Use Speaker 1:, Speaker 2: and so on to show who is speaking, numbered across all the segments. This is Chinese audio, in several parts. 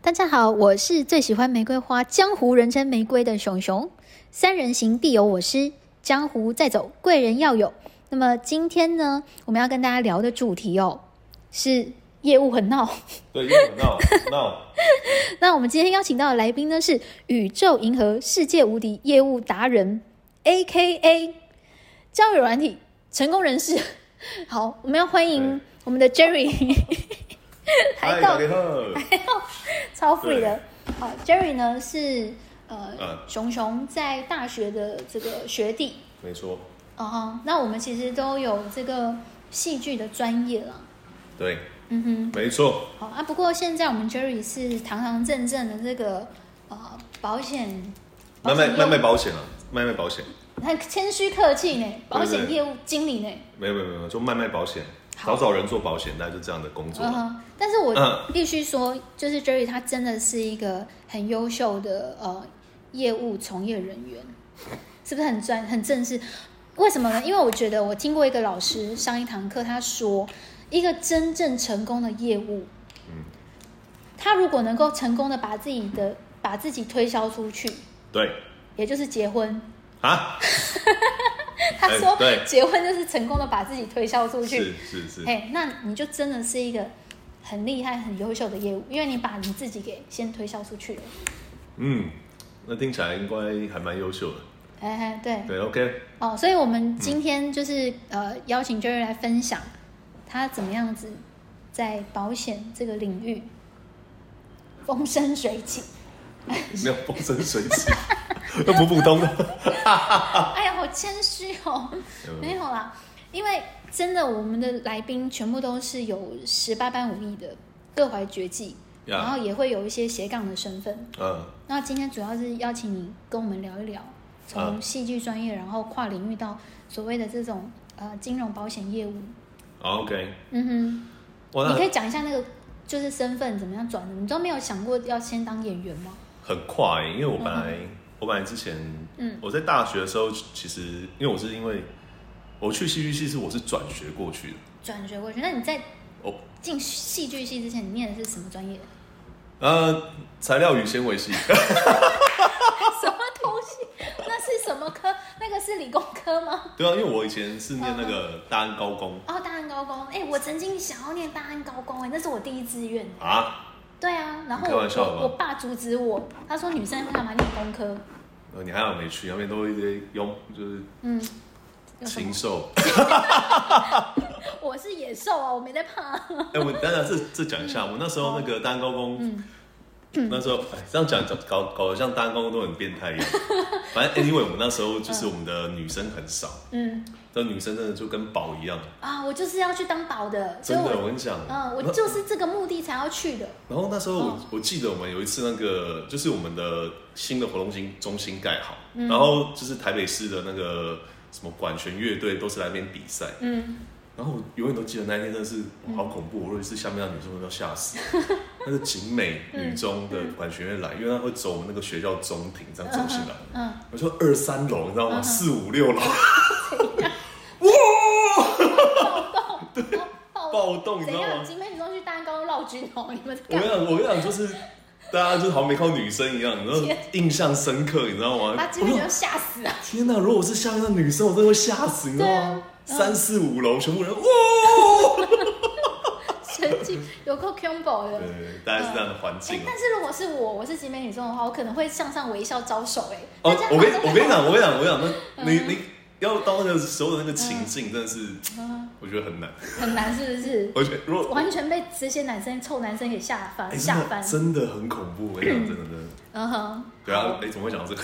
Speaker 1: 大家好，我是最喜欢玫瑰花，江湖人称玫瑰的熊熊。三人行必有我师，江湖再走，贵人要有。那么今天呢，我们要跟大家聊的主题哦，是业务很闹。
Speaker 2: 对，因为闹闹，
Speaker 1: 那我们今天邀请到的来宾呢，是宇宙银河世界无敌业务达人，A K A 交友软体成功人士。 好，我们要欢迎
Speaker 2: 对
Speaker 1: 我们的 Jerry，还
Speaker 2: 哎 嗨，
Speaker 1: 到
Speaker 2: 大家 好，
Speaker 1: 超 free 的。好，Jerry 呢是呃、
Speaker 2: 嗯
Speaker 1: 熊熊在大学的这个学弟，
Speaker 2: 没错，
Speaker 1: 哦、那我们其实都有这个戏剧的专业了。
Speaker 2: 对，
Speaker 1: 嗯哼，
Speaker 2: 没错，
Speaker 1: 好啊。不过现在我们 Jerry 是堂堂正正的这个呃保险，
Speaker 2: 卖卖卖卖
Speaker 1: 保险业务
Speaker 2: 保险啊，卖卖保险，
Speaker 1: 很谦虚客气呢，保
Speaker 2: 对
Speaker 1: 险
Speaker 2: 对
Speaker 1: 业务经理呢。
Speaker 2: 没有没有没有，就卖卖保险，
Speaker 1: 好
Speaker 2: 找找人做保险，大概就这样的工作
Speaker 1: 嗯。哼，但是我
Speaker 2: 嗯
Speaker 1: 必须说，就是 Jerry 他真的是一个很优秀的呃业务从业人员，是不是很专很正式？为什么呢？因为我觉得我听过一个老师上一堂课，他说，一个真正成功的业务，
Speaker 2: 嗯
Speaker 1: 他如果能够成功的把自己的把自己推销出去，
Speaker 2: 对
Speaker 1: 也就是结婚。
Speaker 2: 啊，
Speaker 1: 他说
Speaker 2: 哎对，
Speaker 1: 结婚就是成功的把自己推销出去。
Speaker 2: 是是是，
Speaker 1: 哎，那你就真的是一个很厉害、很优秀的业务，因为你把你自己给先推销出去了。
Speaker 2: 嗯，那听起来应该还蛮优秀的。
Speaker 1: 哎哎，对，
Speaker 2: 对，OK， 嗯
Speaker 1: 哦，所以我们今天就是、呃邀请 Jerry 来分享他怎么样子在保险这个领域风生水起。
Speaker 2: 没有风生水 起，那普普通的。啊
Speaker 1: 哎呀，好谦虚哦，
Speaker 2: 嗯
Speaker 1: 没有啦，因为真的我们的来宾全部都是有十八般武艺的，各怀绝技然后
Speaker 2: 呀，
Speaker 1: 也会有一些斜杠的身份。
Speaker 2: 嗯，
Speaker 1: 那今天主要是邀请你跟我们聊一聊，从戏剧专业，然后跨领域到所谓的这种呃金融保险业务。
Speaker 2: 好，OK，哦
Speaker 1: 嗯
Speaker 2: 哇，
Speaker 1: 哼，你可
Speaker 2: 那
Speaker 1: 以讲一下那个就是身份怎么样转的？你都没有想过要先当演员吗？
Speaker 2: 很快，因为我本来我本来之前
Speaker 1: 嗯
Speaker 2: 我在大学的时候，其实因为我是因为我去戏剧系是我是转学过去的，
Speaker 1: 转学过去，那你在
Speaker 2: 哦
Speaker 1: 进戏剧系之前，你念的是什么专业？
Speaker 2: 呃，材料与纤维 系，
Speaker 1: 什么东西？那是什么科？那个是理工科吗？
Speaker 2: 对啊，因为我以前是念那
Speaker 1: 嗯
Speaker 2: 个大安高工
Speaker 1: 哦，大安高工。哎、我曾经想要念大安高工、哎，那是我第一志愿。
Speaker 2: 啊，
Speaker 1: 对啊，然后
Speaker 2: 你开
Speaker 1: 我
Speaker 2: 玩笑吧
Speaker 1: 我我爸阻止我，他说女生干嘛念工科？
Speaker 2: 呃你还好没去，那边都一堆庸，就是
Speaker 1: 嗯，有什
Speaker 2: 禽
Speaker 1: 么？
Speaker 2: 兽。
Speaker 1: 我是野兽啊，我没在 怕。
Speaker 2: 哎、我等等，这这讲一下，我那时候那个大安高工，
Speaker 1: 嗯
Speaker 2: 那时候哎，这样讲搞搞得像大安高工都很变 态一样。反正 anyway，我们那时候就是我们的女生很少，
Speaker 1: 嗯
Speaker 2: 但女生真的就跟宝一样，
Speaker 1: 啊，我就是要去当保的，所以
Speaker 2: 真的，我
Speaker 1: 我
Speaker 2: 跟你讲，
Speaker 1: 嗯，我
Speaker 2: 那
Speaker 1: 就是这个目的才要去 的。
Speaker 2: 然后那时候我、
Speaker 1: 哦
Speaker 2: 我记得我们有一次那个就是我们的新的活动中中心盖好，
Speaker 1: 嗯
Speaker 2: 然后就是台北市的那个什么管弦乐队都是来那边比赛，
Speaker 1: 嗯，
Speaker 2: 然后我永远都记得那一天真的是哇好恐怖，我有一次下面那女生我都要吓死， 那个景美女中
Speaker 1: 嗯
Speaker 2: 的管弦乐来，因为她会走我们那个学校中庭这样走进来，
Speaker 1: 嗯
Speaker 2: 我说二三楼你知道吗？
Speaker 1: 嗯
Speaker 2: 四五六楼
Speaker 1: 暴动，暴
Speaker 2: 暴动，
Speaker 1: 哦
Speaker 2: 你
Speaker 1: 怎
Speaker 2: 知道
Speaker 1: 样？
Speaker 2: 吗？
Speaker 1: 集美女中去大高绕军哦， 你们在
Speaker 2: 我跟
Speaker 1: 干
Speaker 2: 你
Speaker 1: 嘛？
Speaker 2: 讲，我跟你讲，就是大家就是好像没看到女生一样，然后
Speaker 1: 天
Speaker 2: 印象深刻，你知道吗？
Speaker 1: 把集美女中吓死啊！
Speaker 2: 天哪！如果我是下面的女生，我真的会吓死，你知道
Speaker 1: 对啊
Speaker 2: 吗？三四五楼全部人，哇！
Speaker 1: 神经有够 combo 的。
Speaker 2: 对，啊大概是这样的环
Speaker 1: 哎
Speaker 2: 境，。
Speaker 1: 但是如果是我，我是集美女中的话，我可能会向上微笑招手。哎，
Speaker 2: 哦
Speaker 1: 大家，嗯
Speaker 2: 我跟
Speaker 1: 把这个
Speaker 2: 我跟你讲，我跟你讲，我跟你讲，那你你要到那个时候的那个情境，真的是
Speaker 1: 嗯
Speaker 2: 我觉得很难。
Speaker 1: 很难，是不是？
Speaker 2: 而且如果
Speaker 1: 完全被这些男生、臭男生给吓
Speaker 2: 哎
Speaker 1: 翻，
Speaker 2: 真
Speaker 1: 吓
Speaker 2: 的
Speaker 1: 翻。
Speaker 2: 真的很恐怖，我跟你讲，真的真的。
Speaker 1: 嗯哼，
Speaker 2: 对啊，哎，怎么会讲到这个？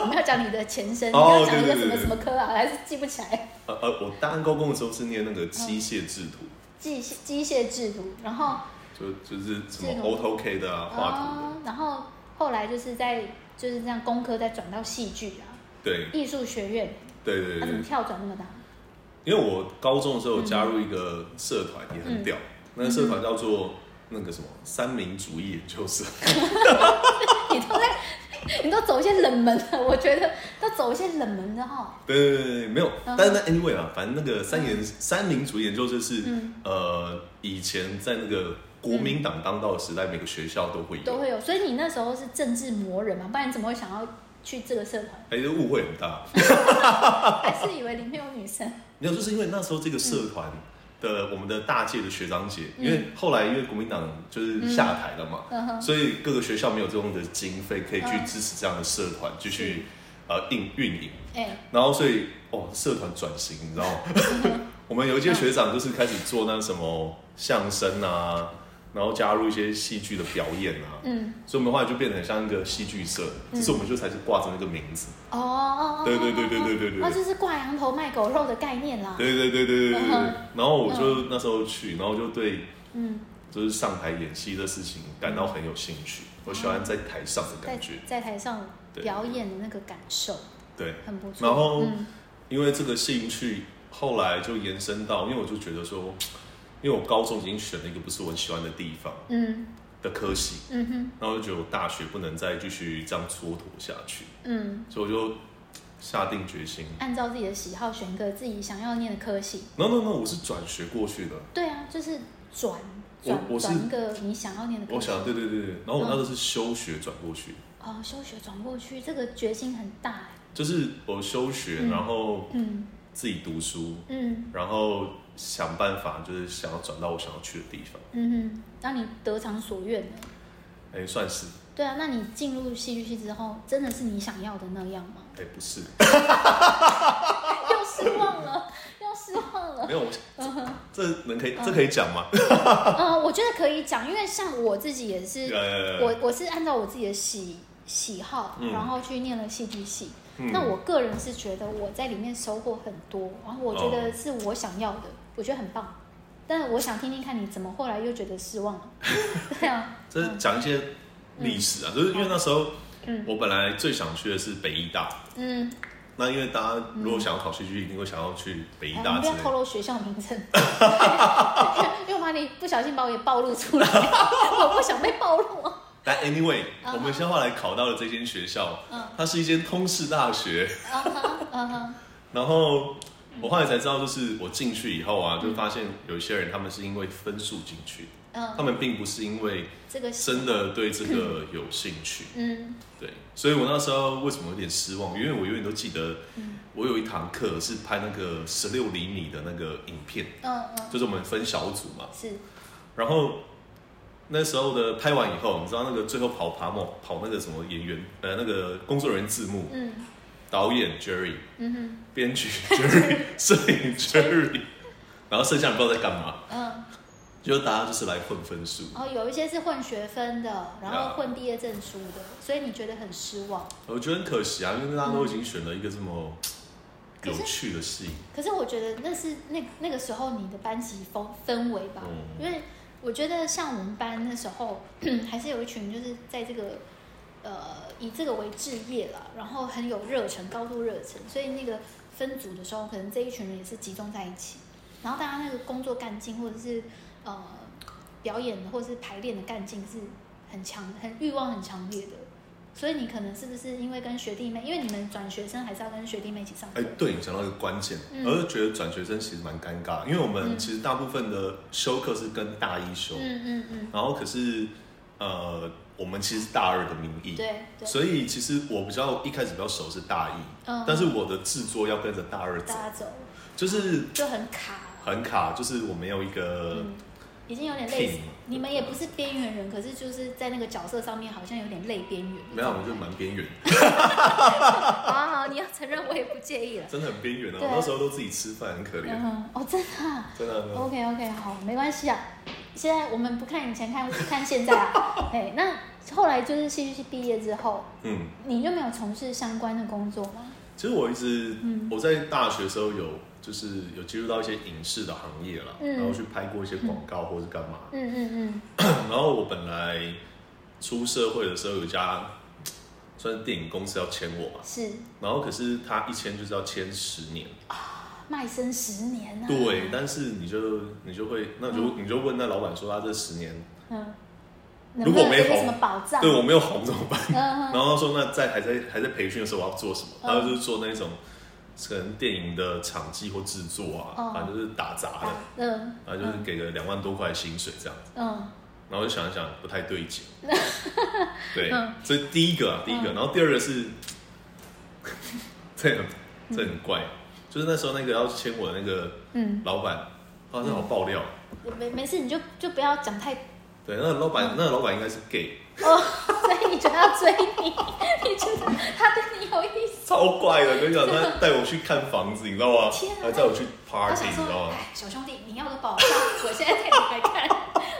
Speaker 1: 我们要讲你的前身，你
Speaker 2: 哦
Speaker 1: 要讲一个什
Speaker 2: 对对
Speaker 1: 么
Speaker 2: 对对
Speaker 1: 什么科啊，还是记不起来？
Speaker 2: 呃呃，我大安高工的时候是念那个机械制图，
Speaker 1: 机械机械制图，然后
Speaker 2: 就就是什么
Speaker 1: 这种
Speaker 2: AutoCAD 啊，画图的，
Speaker 1: 哦，然后后来就是在就是这样工科再转到戏剧啊，
Speaker 2: 对
Speaker 1: 艺术学院，啊
Speaker 2: 对对
Speaker 1: 他
Speaker 2: 对
Speaker 1: 怎
Speaker 2: 对
Speaker 1: 么。跳转那么大？
Speaker 2: 因为我高中的时候有加入一个社团，也很屌。
Speaker 1: 嗯
Speaker 2: 那个社团叫做那个什么三民主义研究社，
Speaker 1: 嗯你都在，你都走一些冷门的，我觉得都走一些冷门的哈。
Speaker 2: 对对对对，没有。
Speaker 1: 嗯
Speaker 2: 但是那 anyway 啊，反正那个三研三民主义研究社是
Speaker 1: 嗯
Speaker 2: 呃以前在那个国民党当道的时代，每个学校都会
Speaker 1: 都
Speaker 2: 有，
Speaker 1: 会有。所以你那时候是政治魔人嘛，不然你怎么会想要去这个社团？
Speaker 2: 哎，这误会 很大。
Speaker 1: 还是以为里面有女生？
Speaker 2: 没有，就是因为那时候这个社团的、我们的大届的学长姐，
Speaker 1: 嗯
Speaker 2: 因为后来因为国民党就是下台了嘛，
Speaker 1: 嗯哼，
Speaker 2: 所以各个学校没有这种的经费可以去
Speaker 1: 嗯
Speaker 2: 支持这样的社团继续呃运运营，
Speaker 1: 哎，
Speaker 2: 然后所以哦社团转型，你知道吗？我们有一届学长就是开始做那什么相声啊，然后加入一些戏剧的表演啊，
Speaker 1: 嗯，
Speaker 2: 所以我们后来就变得很像一个戏剧社，只是我们就才是挂着那个名字，
Speaker 1: 哦哦哦，
Speaker 2: 对对对对对对对
Speaker 1: 哦，这是挂羊头卖狗肉的概念啦。
Speaker 2: 对对对对对对对
Speaker 1: 啊嗯。
Speaker 2: 然后我就那时候去，然后就对
Speaker 1: 嗯，
Speaker 2: 就是上台演戏的事情感到很有兴趣，我喜欢在台上的
Speaker 1: 在
Speaker 2: 感觉。
Speaker 1: 在台上表演的那个感受
Speaker 2: 对，
Speaker 1: 很不错。
Speaker 2: 然后
Speaker 1: 嗯
Speaker 2: 因为这个兴趣后来就延伸到，因为我就觉得说，因为我高中已经选了一个不是我很喜欢的地方
Speaker 1: 嗯
Speaker 2: 的科系，
Speaker 1: 嗯哼
Speaker 2: 然后就觉得我大学不能再继续这样蹉跎下去，
Speaker 1: 嗯，
Speaker 2: 所以我就下定决心。
Speaker 1: 按照自己的喜好选一个自己想要念的科系。
Speaker 2: no no no，我是转学过去的，
Speaker 1: 对啊，就是转
Speaker 2: 我
Speaker 1: 转
Speaker 2: 我是
Speaker 1: 转一个你想要念的科
Speaker 2: 我
Speaker 1: 系。
Speaker 2: 想对对对对，然后我那时候是休学转过去，
Speaker 1: 哦，休学转过去，这个决心很大欸。
Speaker 2: 就是我休学，
Speaker 1: 嗯
Speaker 2: 然后
Speaker 1: 嗯
Speaker 2: 自己读书，
Speaker 1: 嗯
Speaker 2: 然后想办法就是想要转到我想要去的地方。
Speaker 1: 嗯哼，让你得偿所愿欸
Speaker 2: 哎、算是，
Speaker 1: 对啊，那你进入戏剧系之后，真的是你想要的那样吗？
Speaker 2: 哎、不是，
Speaker 1: 又失望了， 又失望了。
Speaker 2: 没有，我这这能可以，这可以讲吗？
Speaker 1: 呃，我觉得可以讲，因为像我自己也是，
Speaker 2: 我
Speaker 1: 我我是按照我自己的喜喜好，
Speaker 2: 嗯
Speaker 1: 然后去念了戏剧系。那我个人是觉得我在里面收获很多，然后我觉
Speaker 2: 哦
Speaker 1: 得是我想要的，我觉得很棒。但我想听听看你怎么后来又觉得失望了。 对啊，
Speaker 2: 这讲一些历史啊，就是因为那时候
Speaker 1: 嗯
Speaker 2: 我本来最想去的是北医大，
Speaker 1: 嗯，
Speaker 2: 那因为大家如果想要考戏剧，一定会想要去北医
Speaker 1: 哎我
Speaker 2: 大
Speaker 1: 们不
Speaker 2: 之
Speaker 1: 要
Speaker 2: 类
Speaker 1: 透
Speaker 2: 的。
Speaker 1: 露学校名称， 因为我怕你不小心把我也暴露出来， 我不想被暴露 啊。
Speaker 2: 但 anyway，
Speaker 1: 嗯
Speaker 2: 我们先后来考到了这间学校
Speaker 1: 嗯，
Speaker 2: 它是一间通识大学。
Speaker 1: 啊哈啊哈，
Speaker 2: 然
Speaker 1: 嗯
Speaker 2: 后我后来才知道，就是我进去以后啊，就发现有一些人他们是因为分数进去，他
Speaker 1: 嗯，
Speaker 2: 们并不是因为
Speaker 1: 这个是
Speaker 2: 真的对这个有兴趣。
Speaker 1: 嗯
Speaker 2: 对，所以我那时候为什么有点失望？因为我永远都记得
Speaker 1: 嗯，
Speaker 2: 我有一堂课是拍那个十六厘米的那个影片，
Speaker 1: 嗯嗯，
Speaker 2: 就是我们分小组嘛。
Speaker 1: 是
Speaker 2: 然后那时候的拍完以后，你知道那个最后跑爬某跑那个什么演员呃那个工作人员字幕，
Speaker 1: 嗯
Speaker 2: 导演 Jerry，
Speaker 1: 嗯哼
Speaker 2: 编剧 Jerry，摄影 Jerry，然后剩下人不知道在干嘛，
Speaker 1: 嗯，
Speaker 2: 就大家就是来混分数。
Speaker 1: 然后有一些是混学分的，然后
Speaker 2: 啊
Speaker 1: 混毕业证书的，所以你觉得很失望。
Speaker 2: 我觉得很可惜啊，因为大家都已经选了一个这么
Speaker 1: 可
Speaker 2: 有
Speaker 1: 是
Speaker 2: 趣的戏，
Speaker 1: 可是我觉得那是那那个时候你的班级氛氛围吧，
Speaker 2: 嗯
Speaker 1: 因为我觉得像我们班那时候 还是有一群就是在这个呃以这个为置业啦，然后很有热忱，高度热忱，所以那个分组的时候，可能这一群人也是集中在一起，然后大家那个工作干劲或者是呃表演或者是排练的干劲是很强、很欲望很强烈的。所以你可能是不是因为跟学弟妹，因为你们转学生还是要跟学弟妹一起上课
Speaker 2: 哎，，对你讲到一个关键，
Speaker 1: 嗯
Speaker 2: 我就觉得转学生其实蛮尴尬，因为我们
Speaker 1: 嗯
Speaker 2: 其实大部分的修课是跟大一修，
Speaker 1: 嗯嗯嗯，
Speaker 2: 然后可是呃，我们其实是大二的名义，
Speaker 1: 对对，
Speaker 2: 所以其实我比较一开始比较熟是大一，
Speaker 1: 嗯
Speaker 2: 但是我的制作要跟着大二走，
Speaker 1: 大家走
Speaker 2: 就是
Speaker 1: 就很卡，
Speaker 2: 很卡，就是我没有一个、
Speaker 1: 嗯，已经有点累死
Speaker 2: King。
Speaker 1: 你们也不是边缘人，可是就是在那个角色上面好像有点累边缘。
Speaker 2: 没有，我就蛮边缘，
Speaker 1: 好好好，你要承认我也不介意了。
Speaker 2: 真的很边缘啊！
Speaker 1: 对
Speaker 2: 我
Speaker 1: 啊
Speaker 2: 那时候都自己吃饭，很可怜，
Speaker 1: 嗯，哦，真的、啊。
Speaker 2: 真的。真的
Speaker 1: OK OK，好，没关系啊。现在我们不看以前，看看现在 啊。哎，那后来就是戏剧系毕业之后，
Speaker 2: 嗯，
Speaker 1: 你就没有从事相关的工作吗？
Speaker 2: 其实我一直、
Speaker 1: 嗯
Speaker 2: 我在大学的时候有就是有接触到一些影视的行业啦，
Speaker 1: 嗯
Speaker 2: 然后去拍过一些广告或是干嘛。
Speaker 1: 嗯嗯
Speaker 2: 然后我本来出社会的时候，有一家算是电影公司要签我嘛
Speaker 1: 嗯，，是
Speaker 2: 然后可是他一签就是要签十年，
Speaker 1: 卖身十年啊。
Speaker 2: 对，，但是你就你就会，那你就、你就问那老板说，他这十年
Speaker 1: 嗯，
Speaker 2: 如果没
Speaker 1: 有
Speaker 2: 红
Speaker 1: 什么保障？
Speaker 2: 对我没有红怎么 办？
Speaker 1: 嗯
Speaker 2: 然后他说那在还在还在培训的时候我要做什么？
Speaker 1: 嗯
Speaker 2: 他就是做那种可能电影的场记或制作
Speaker 1: 嗯
Speaker 2: 啊，反正就是打杂的，
Speaker 1: 嗯
Speaker 2: 然后就是给个两万多块薪水这样子。
Speaker 1: 嗯
Speaker 2: 然后就想一想不太对 劲，对，
Speaker 1: 嗯
Speaker 2: 这是第一个啊，第一个，然后第二个是，这很这很怪，就是那时候那个要签我的那个
Speaker 1: 嗯，
Speaker 2: 老板，他正好爆料，
Speaker 1: 没没事，你就就不要讲太
Speaker 2: 对，那个老板那个老板应该是 gay，
Speaker 1: 哦，所以你觉得他追你，你觉得他对你有意思，
Speaker 2: 超怪的，跟你 讲，他带我去看房子，你知道吗
Speaker 1: 天啊？
Speaker 2: 还带我去
Speaker 1: 他
Speaker 2: party，
Speaker 1: 想
Speaker 2: 你知道
Speaker 1: 说，
Speaker 2: 吗？
Speaker 1: 哎，小兄弟，你要的宝藏，我现在带你来看，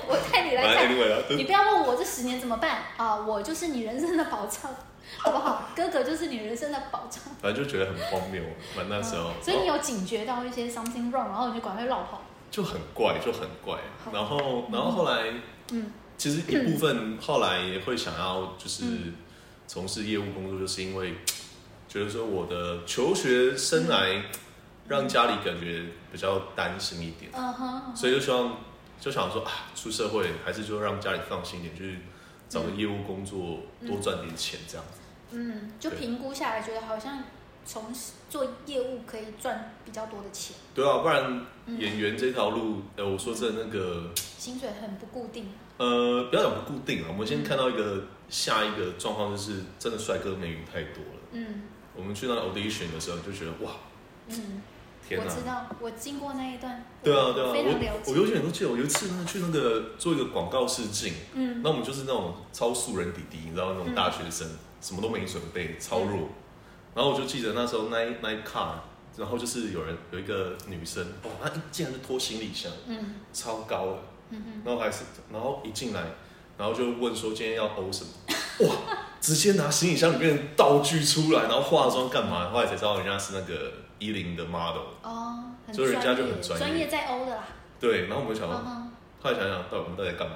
Speaker 1: 我带你来看，
Speaker 2: 反正 anyway 啊，对
Speaker 1: 你不要问我这十年怎么办啊，我就是你人生的宝藏，好不好？哥哥就是你人生的宝藏。
Speaker 2: 反正就觉得很荒谬，反正那时候，
Speaker 1: 嗯所以你有警觉到一些 something wrong，然后你就赶快绕跑。
Speaker 2: 就很怪，就很怪
Speaker 1: 好。
Speaker 2: 然后，然后后来，
Speaker 1: 嗯，
Speaker 2: 其实一部分后来也会想要就是从事业务工作，就是因为觉得说我的求学生涯让家里感觉比较担心一点，
Speaker 1: 嗯哼，
Speaker 2: 所以就希望就想说啊，出社会还是就让家里放心一点，去找个业务工作，
Speaker 1: 嗯
Speaker 2: 多赚点钱这样子。
Speaker 1: 嗯，就评估下来，觉得好像从做业务可以赚比较多的钱，
Speaker 2: 对啊，不然
Speaker 1: 嗯
Speaker 2: 演员这条路，呃，我说真的那个。
Speaker 1: 薪水很不固定。
Speaker 2: 呃，不要讲不固定啊，我们先看到一个下一个状况，就是真的帅哥美女太多了。
Speaker 1: 嗯
Speaker 2: 我们去那个 audition 的时候就觉得哇，
Speaker 1: 嗯，
Speaker 2: 天
Speaker 1: 我
Speaker 2: 哪、
Speaker 1: 知道，我经过那一段。
Speaker 2: 对啊，对啊，
Speaker 1: 非常了
Speaker 2: 我我永
Speaker 1: 解。
Speaker 2: 远都记得，我有一次呢去那个做一个广告试镜，
Speaker 1: 嗯
Speaker 2: 那我们就是那种超素人弟弟，你知道那种
Speaker 1: 嗯
Speaker 2: 大学生，什么都没准备，超弱。然后我就记得那时候那一那一 car，然后就是有人有一个女生，哦，她一进来就拖行李箱，
Speaker 1: 嗯
Speaker 2: 超高的，
Speaker 1: 嗯
Speaker 2: 然后还是，然后一进来，然后就问说今天要欧什么？ 哇，直接拿行李箱里面的道具出来，然后化妆干嘛？后来才知道人家是那个一零的 model。
Speaker 1: 哼，哦，很
Speaker 2: 所以人家就
Speaker 1: 专业
Speaker 2: 很专业哦
Speaker 1: 专业在欧的啦。
Speaker 2: 对，然后我们想说，
Speaker 1: 嗯哼，
Speaker 2: 后来想想，到底我们到底在干嘛？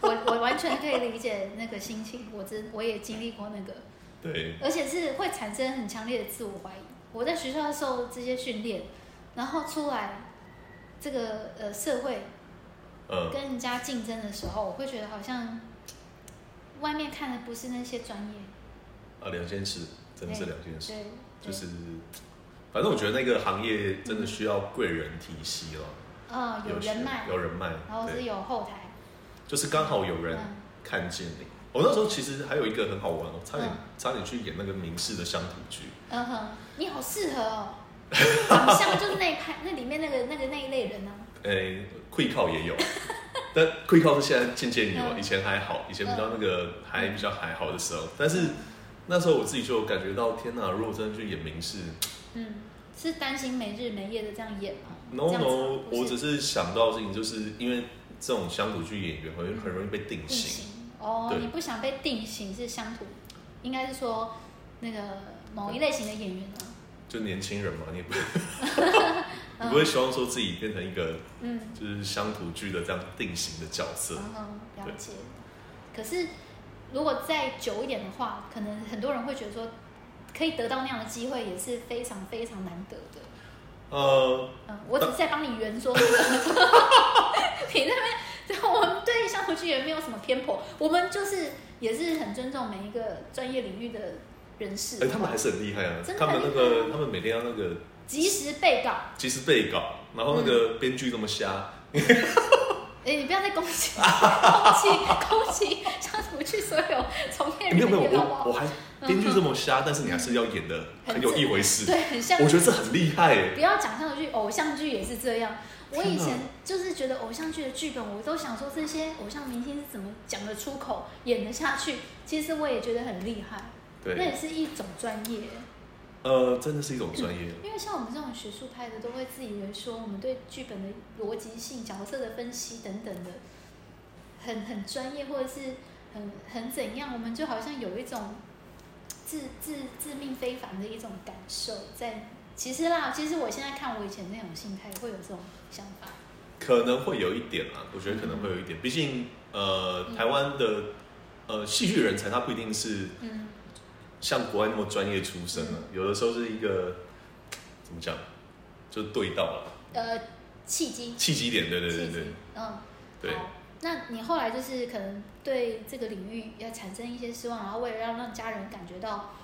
Speaker 1: 我我完全可以理解那个心情，我真我也经历过那个。
Speaker 2: 对，
Speaker 1: 而且是会产生很强烈的自我怀疑。我在学校受这些训练，然后出来这个呃社会
Speaker 2: 嗯，
Speaker 1: 跟人家竞争的时候，我会觉得好像外面看的不是那些专业，
Speaker 2: 啊，两件事，真的是两件事，
Speaker 1: 对，对
Speaker 2: 就是，反正我觉得那个行业真的需要贵人体系了，
Speaker 1: 呃有人脉，
Speaker 2: 有人脉，
Speaker 1: 然后是
Speaker 2: 对，
Speaker 1: 有后台，
Speaker 2: 就是刚好有人
Speaker 1: 嗯
Speaker 2: 看见你。我那时候其实还有一个很好玩哦，差点
Speaker 1: 嗯
Speaker 2: 差点去演那个明视的乡土剧。
Speaker 1: 嗯哼，你好适合哦，长相就是那一派 那里面那个那个那一类人呢、啊
Speaker 2: 诶、会靠也有， 但会靠是现在渐渐有啊，
Speaker 1: 嗯
Speaker 2: 以前还好，以前比较那个还比较还好的时候，但是那时候我自己就有感觉到，天哪，如果真的去演明视
Speaker 1: 嗯，是担心没日没夜的这样演吗
Speaker 2: ，no
Speaker 1: 这样
Speaker 2: no，
Speaker 1: 子吗不
Speaker 2: 我
Speaker 1: 是
Speaker 2: 只是想到的事情，就是因为这种乡土剧演员很
Speaker 1: 嗯
Speaker 2: 很容易被定
Speaker 1: 定
Speaker 2: 型，
Speaker 1: 型哦，
Speaker 2: 对
Speaker 1: 你不想被定型是乡土，应该是说那个某一类型的演员啊。
Speaker 2: 就年轻人嘛，你也 不你不会
Speaker 1: 嗯
Speaker 2: 希望说自己变成一个
Speaker 1: 嗯
Speaker 2: 就是乡土剧的这样定型的角色，
Speaker 1: 嗯，了
Speaker 2: 对
Speaker 1: 解。可是如果再久一点的话，可能很多人会觉得说，可以得到那样的机会也是非常非常难得的。
Speaker 2: 呃，
Speaker 1: 嗯，我只是在帮你圆说那个，你那边对我们对乡土剧也没有什么偏颇，我们就是也是很尊重每一个专业领域的人士。
Speaker 2: 哎、他们还是很厉害啊
Speaker 1: 真，的
Speaker 2: 他们
Speaker 1: 很
Speaker 2: 那
Speaker 1: 厉害
Speaker 2: 个
Speaker 1: 啊
Speaker 2: 他们每天要那个
Speaker 1: 及时被告，
Speaker 2: 其实被稿，然后那
Speaker 1: 嗯
Speaker 2: 个编剧这么瞎。
Speaker 1: 哎、你不要再攻击攻击攻击乡土剧所有从业
Speaker 2: 哎没有
Speaker 1: 人
Speaker 2: 没有，
Speaker 1: 员好不
Speaker 2: 我我
Speaker 1: 好？
Speaker 2: 还编剧这么瞎，但是你还是要演的很有一回事。
Speaker 1: 对，很像。
Speaker 2: 我觉得这很厉害耶。
Speaker 1: 不要讲乡土剧，偶像剧也是这样。我以
Speaker 2: 天
Speaker 1: 前
Speaker 2: 哪
Speaker 1: 就是觉得偶像剧的剧本，我都想说这些偶像明星是怎么讲得出口、演得下去。其实我也觉得很厉害，那
Speaker 2: 对，
Speaker 1: 也是一种专业。
Speaker 2: 呃，真的是一种专业。
Speaker 1: 因为像我们这种学术派的，都会自以为说我们对剧本的逻辑性、角色的分析等等的，很很专业，或者是很很怎样，我们就好像有一种自自自命非凡的一种感受在。其实啦，其实我现在看我以前那种心态，会有这种想法。
Speaker 2: 可能会有一点啊，我觉得可能会有一点，毕竟呃，台湾的呃戏剧人才他不一定是
Speaker 1: 嗯
Speaker 2: 像国外那么专业出身啊，有的时候是一个怎么讲，就对到了
Speaker 1: 呃，契机，
Speaker 2: 契机点，对对对
Speaker 1: 契
Speaker 2: 对
Speaker 1: 机，嗯，
Speaker 2: 对
Speaker 1: 好。那你后来就是可能对这个领域要产生一些失望，然后为了要让家人感觉到，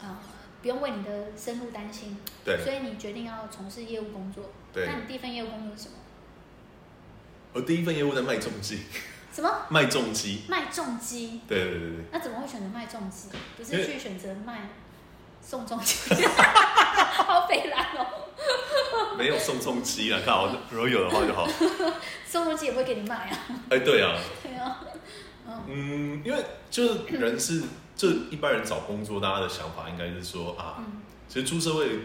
Speaker 1: 呃，不用为你的生路担心，
Speaker 2: 对
Speaker 1: 所以你决定要从事业务工作。
Speaker 2: 对
Speaker 1: 那。你第一份业务工作是什么？
Speaker 2: 我第一份业务在卖重机，
Speaker 1: 什么
Speaker 2: 卖重机，
Speaker 1: 卖重机？
Speaker 2: 对对对对，
Speaker 1: 那怎么会选择卖重机？不
Speaker 2: 因
Speaker 1: 是
Speaker 2: 为
Speaker 1: 去选择卖宋仲基？ 好北蓝哦，
Speaker 2: 没有送重机啊，靠，如果有的话就好。
Speaker 1: 宋仲基也不会给你卖啊。
Speaker 2: 哎，对啊，
Speaker 1: 对啊，
Speaker 2: 嗯，因为就是人是，就是一般人找工作，大家的想法应该是说啊，
Speaker 1: 嗯
Speaker 2: 其实出社会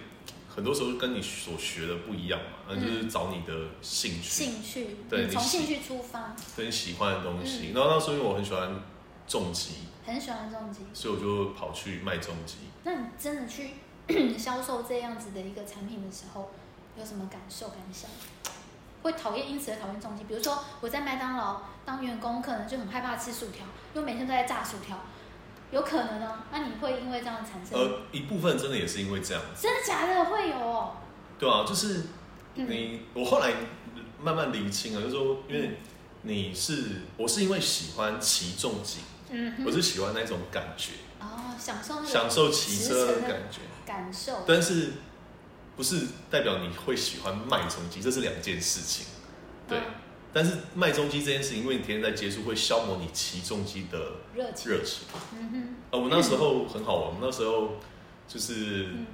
Speaker 2: 很多时候跟你所学的不一样嘛，那
Speaker 1: 嗯
Speaker 2: 就是找你的兴趣。
Speaker 1: 兴趣，
Speaker 2: 对
Speaker 1: 嗯
Speaker 2: 你
Speaker 1: 从
Speaker 2: 喜
Speaker 1: 兴趣出发，
Speaker 2: 跟喜欢的东
Speaker 1: 嗯
Speaker 2: 西。然后那时候因为我很喜欢重机，
Speaker 1: 很喜欢重机。
Speaker 2: 所以我就跑去卖重机。
Speaker 1: 那你真的去 销售这样子的一个产品的时候，有什么感受感想？会讨厌，因此而讨厌重击。比如说我在麦当劳当员工，可能就很害怕吃薯条，因为每天都在炸薯条，有可能哦。那你会因为这样产生？
Speaker 2: 呃，一部分真的也是因为这样子，
Speaker 1: 真的假的？会有哦。
Speaker 2: 对啊，就是
Speaker 1: 嗯
Speaker 2: 你、我后来慢慢理清了，就是说因为你是我是因为喜欢骑重机，
Speaker 1: 嗯
Speaker 2: 我
Speaker 1: 哼，
Speaker 2: 是喜欢那种感觉，
Speaker 1: 哦，享受那
Speaker 2: 享
Speaker 1: 个
Speaker 2: 受骑车的
Speaker 1: 骑车的
Speaker 2: 感觉，
Speaker 1: 感受。
Speaker 2: 但是不是代表你会喜欢卖重机，这是两件事情。对，
Speaker 1: 嗯
Speaker 2: 但是卖重机这件事情，因为你天天在接触，会消磨你骑重机的
Speaker 1: 热情。
Speaker 2: 热情。
Speaker 1: 嗯
Speaker 2: 呃，我们那时候很好玩，我们那时候就是
Speaker 1: 哼，嗯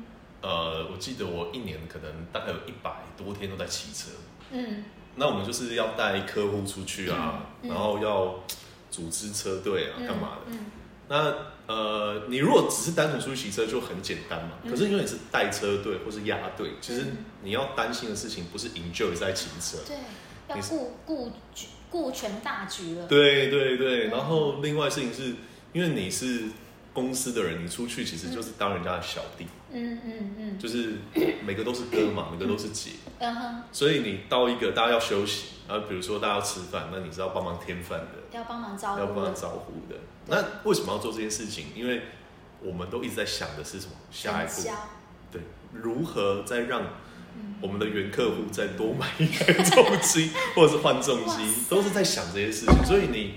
Speaker 2: 呃，我记得我一年可能大概有一百多天都在骑车。
Speaker 1: 嗯
Speaker 2: 那我们就是要带客户出去啊，
Speaker 1: 嗯嗯
Speaker 2: 然后要组织车队啊，
Speaker 1: 嗯，
Speaker 2: 干嘛的？
Speaker 1: 嗯
Speaker 2: 那呃，你如果只是单纯出去骑车就很简单嘛，
Speaker 1: 嗯
Speaker 2: 可是因为你是带车队或是压队，其实
Speaker 1: 嗯
Speaker 2: 你要担心的事情不是 enjoy 在骑车。
Speaker 1: 对，要
Speaker 2: 你是
Speaker 1: 顾顾局顾全大局了。
Speaker 2: 对对对，
Speaker 1: 嗯
Speaker 2: 然后另外事情是因为你是公司的人，你出去其实就是当人家的小弟，
Speaker 1: 嗯嗯嗯
Speaker 2: 就是 每个都是哥嘛，每个都是姐，
Speaker 1: 嗯哼，
Speaker 2: 所以你到一个大家要休息，然后比如说大家要吃饭，那你是要帮忙添饭的，
Speaker 1: 要帮忙招
Speaker 2: 要
Speaker 1: 呼
Speaker 2: 帮
Speaker 1: 了。
Speaker 2: 忙招呼的。那为什么要做这件事情？因为我们都一直在想的是什么？下一
Speaker 1: 成
Speaker 2: 步
Speaker 1: 交
Speaker 2: 对，如何再让
Speaker 1: 嗯
Speaker 2: 我们的原客户再多买一台重机， 或者是换重
Speaker 1: 哇
Speaker 2: 机，
Speaker 1: 塞
Speaker 2: 都是在想这些事情，所以你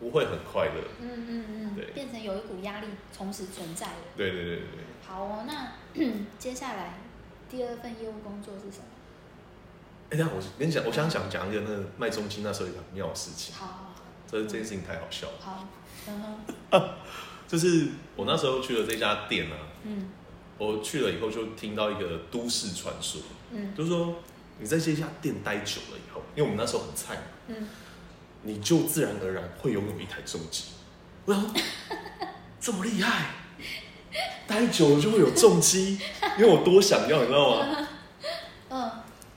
Speaker 2: 不会很快乐。
Speaker 1: 嗯嗯
Speaker 2: 对
Speaker 1: 嗯，变成有一股压力从此存在了。
Speaker 2: 对对对对对，
Speaker 1: 好哦，那接下来第二份业务工作是什么？
Speaker 2: 哎、那我跟你讲，我想讲讲一个那个卖重机那时候有一个很妙的事情，
Speaker 1: 好好
Speaker 2: 这这件事情太好笑了。
Speaker 1: 好，好嗯哼，
Speaker 2: 就是我那时候去了这家店啊，
Speaker 1: 嗯
Speaker 2: 我去了以后就听到一个都市传说，
Speaker 1: 嗯
Speaker 2: 就是说你在这家店待久了以后，因为我们那时候很菜嘛，
Speaker 1: 嗯，
Speaker 2: 你就自然而然会拥有一台重机。我想说这么厉害，待久了就会有重机，因为我多想要，你知道吗？
Speaker 1: 嗯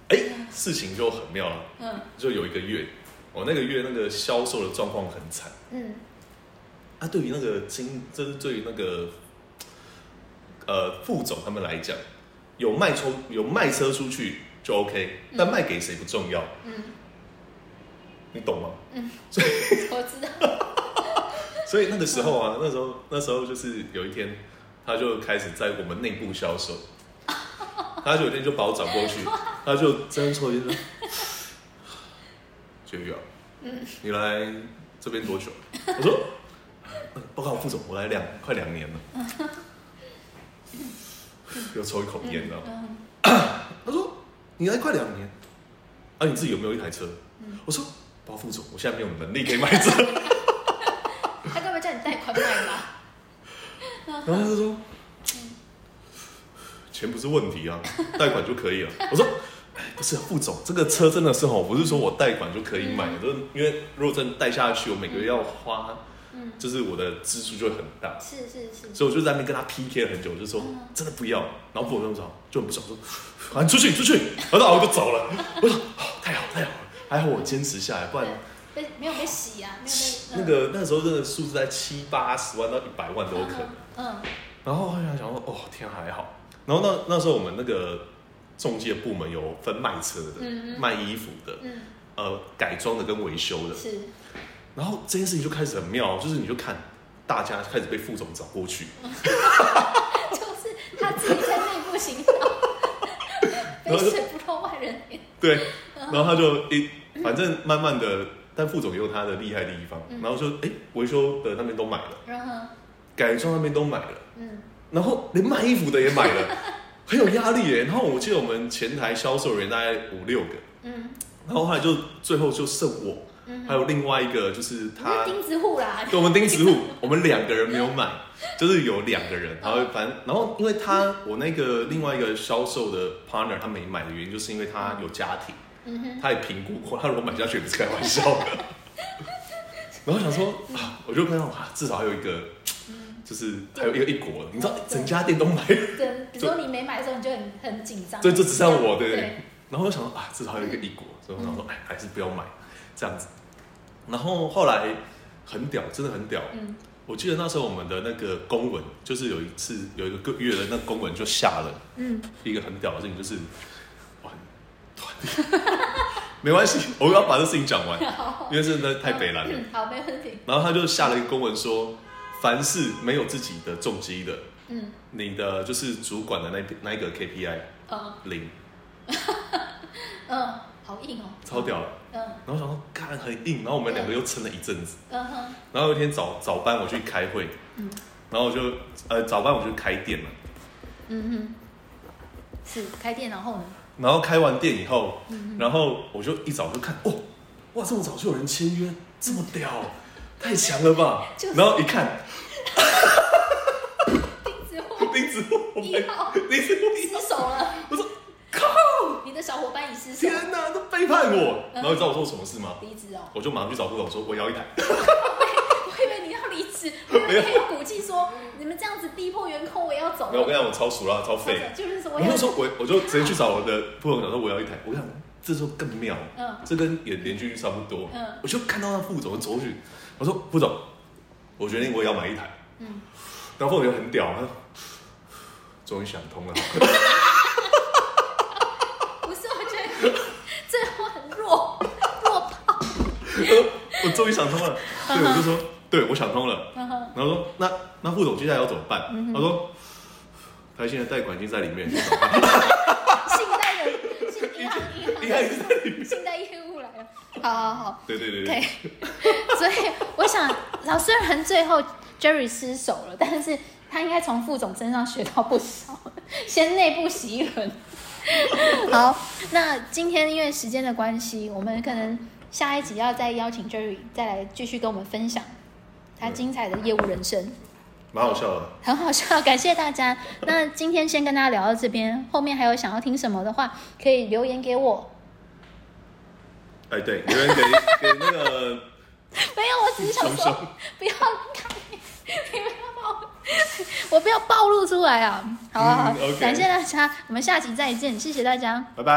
Speaker 2: 哎、事情就很妙了，
Speaker 1: 嗯
Speaker 2: 就有一个月，我那个月那个销售的状况很惨。
Speaker 1: 嗯
Speaker 2: 啊，对于那个经，就是对于那个呃副总他们来讲，有卖出有卖车出去就 OK，
Speaker 1: 嗯
Speaker 2: 但卖给谁不重要，
Speaker 1: 嗯
Speaker 2: 你懂吗？
Speaker 1: 嗯，我知道，
Speaker 2: 所以那个时候啊，那时候那时候就是有一天，他就开始在我们内部销售，他就有一天就把我找过去，他就真抽烟说：“绝育啊，你来这边多久？”我说：“呃报告副总，我来两快两年了。”又抽一口烟，你知道吗？
Speaker 1: 嗯
Speaker 2: 他说：“你来快两年，啊，你自己有没有一台车？”
Speaker 1: 嗯
Speaker 2: 我说：“包副总，我现在没有能力可以买车。”
Speaker 1: 嗯他根本叫你贷款买吧？
Speaker 2: 然后他就说，钱不是问题啊， 贷款就可以了。我说，哎，不是、啊、副总，这个车真的是哦，不是说我贷款就可以买的，就是因为如果真的贷下去，我每个月要花，
Speaker 1: 嗯，
Speaker 2: 就是我的支出就会很大，
Speaker 1: 是是是，
Speaker 2: 所以我就在那边跟他 PK 了很久，我就说
Speaker 1: 嗯
Speaker 2: 真的不要。然后副总就说就很不爽，说啊你出去出去，然后我就 走了。我说、哦、太好了太好了，还好我坚持下来，不然
Speaker 1: 对被没有被洗啊，没有被
Speaker 2: 那个那时候真的数字在七八十万到一百万都有可能。，
Speaker 1: 嗯嗯
Speaker 2: 然后后来想说，哦，天还好。然后那那时候我们那个中介部门有分卖车的、
Speaker 1: 嗯嗯
Speaker 2: 卖衣服的、
Speaker 1: 嗯
Speaker 2: 呃改装的跟维修
Speaker 1: 嗯
Speaker 2: 的。
Speaker 1: 是，
Speaker 2: 然后这件事情就开始很妙，就是你就看大家开始被副总找过去，
Speaker 1: 就是他自己在内部行动，
Speaker 2: 然
Speaker 1: 被
Speaker 2: 后就
Speaker 1: 水不透外人田。
Speaker 2: 对， 然后他就一反正慢慢的，但副总也有他的厉害的地方，
Speaker 1: 嗯
Speaker 2: 然后就哎维修的那边都买了，
Speaker 1: 然后，
Speaker 2: 改装那边都买了。
Speaker 1: 嗯
Speaker 2: 然后连卖衣服的也买 了，很有压力耶。然后我记得我们前台销售人员大概五六个，
Speaker 1: 嗯
Speaker 2: 然后后来就最后就剩我，
Speaker 1: 嗯
Speaker 2: 还有另外一个就是
Speaker 1: 你是
Speaker 2: 他，
Speaker 1: 钉子户啦，
Speaker 2: 对我们钉子户，我们两个人没有买，就是有两个人，然后反正然后因为他我那个另外一个销售的 partner 他没买的原因，就是因为他有家庭，
Speaker 1: 嗯哼，
Speaker 2: 他也评估过，他如果买下去也不是开玩 笑的。然后想说啊，我就看到啊，至少还有一个，嗯就是还有一个一国，你知道整家店都买了，
Speaker 1: 对，比如说你没买的时候你就很很紧张，
Speaker 2: 对，就只剩我对。
Speaker 1: 对，
Speaker 2: 然后我就想说啊，至少还有一个异国，所以我想说，哎，还是不要买这样子。然后后来很屌，真的很屌。
Speaker 1: 嗯
Speaker 2: 我记得那时候我们的那个公文，就是有一次有一个月的那公文就下了
Speaker 1: 嗯，
Speaker 2: 一个很屌的事情，就是哇，团 没关系，我要把这事情讲完，
Speaker 1: 好，
Speaker 2: 因为真的 太北蓝了。
Speaker 1: 嗯，好，没问题，
Speaker 2: 然后他就下了一个公文说，凡是没有自己的重击的，
Speaker 1: 嗯
Speaker 2: 你的就是主管的那那一个 KPI
Speaker 1: 嗯
Speaker 2: 零，
Speaker 1: 嗯，好硬哦，
Speaker 2: 超屌了。
Speaker 1: 嗯
Speaker 2: 然后想说，干很硬，然后我们两个又撑了一阵子。
Speaker 1: 嗯哼，
Speaker 2: 然后有一天早早班我去开会，
Speaker 1: 嗯
Speaker 2: 然后我就呃早班我就开店了，
Speaker 1: 嗯哼，是开店然后呢，
Speaker 2: 然后开完店以后，
Speaker 1: 嗯
Speaker 2: 然后我就一早就看，哦，哇，这么早就有人签约，这么屌，太强了吧
Speaker 1: 就是！
Speaker 2: 然后一看，
Speaker 1: 钉子户
Speaker 2: 钉子户，我们
Speaker 1: 一号
Speaker 2: 钉子户一
Speaker 1: 失手了，
Speaker 2: 我说靠，
Speaker 1: 你的小伙伴已失手，
Speaker 2: 天哪，都背叛我！
Speaker 1: 嗯
Speaker 2: 然后你知道我做什么事吗？
Speaker 1: 离职哦，
Speaker 2: 我就马上去找副总说，我要一台。
Speaker 1: 我以为你要离职，我以为你很骨气说你们这样子逼迫员工，我要走
Speaker 2: 然后我跟
Speaker 1: 了，
Speaker 2: 你讲，我超熟了，超废。
Speaker 1: 就是说我
Speaker 2: 然
Speaker 1: 要
Speaker 2: 后那时，候我我就直接去找我的副总讲说，我要一台。我跟你讲，这时候更妙。
Speaker 1: 嗯
Speaker 2: 这跟也连续剧差不多。
Speaker 1: 嗯
Speaker 2: 我就看到那副总走过去，我说副总，我决定我也要买一台。
Speaker 1: 嗯，
Speaker 2: 然后副总就很屌，他说终于想通了，
Speaker 1: 不是，我觉 得这话很弱弱爆，
Speaker 2: 我终于想通了。对，我就说，对我想通了。
Speaker 1: 嗯哼
Speaker 2: 然后说那那副总接下来要怎么办？
Speaker 1: 嗯
Speaker 2: 他说他现在贷款已经在里面，
Speaker 1: 信贷人，信银行银行
Speaker 2: 应该是在里面。
Speaker 1: 信贷业务来了，好好好，
Speaker 2: 对对对
Speaker 1: 对，所以我想，老虽然最后 Jerry 失手了，但是他应该从副总身上学到不少，先内部洗一轮。好，那今天因为时间的关系，我们可能下一集要再邀请 Jerry 再来继续跟我们分享他精彩的业务人生。
Speaker 2: 蛮好笑的。
Speaker 1: 很好笑，感谢大家。那今天先跟大家聊到这边，后面还有想要听什么的话，可以留言给我。
Speaker 2: 哎，对，有人给给那个
Speaker 1: 没有，我只是想
Speaker 2: 想
Speaker 1: 说
Speaker 2: 说，
Speaker 1: 不要看， 你们要把 我，我不要暴露出来啊！好啊好啊
Speaker 2: 嗯，OK
Speaker 1: 感谢大家，我们下期再见，谢谢大家。
Speaker 2: 拜拜。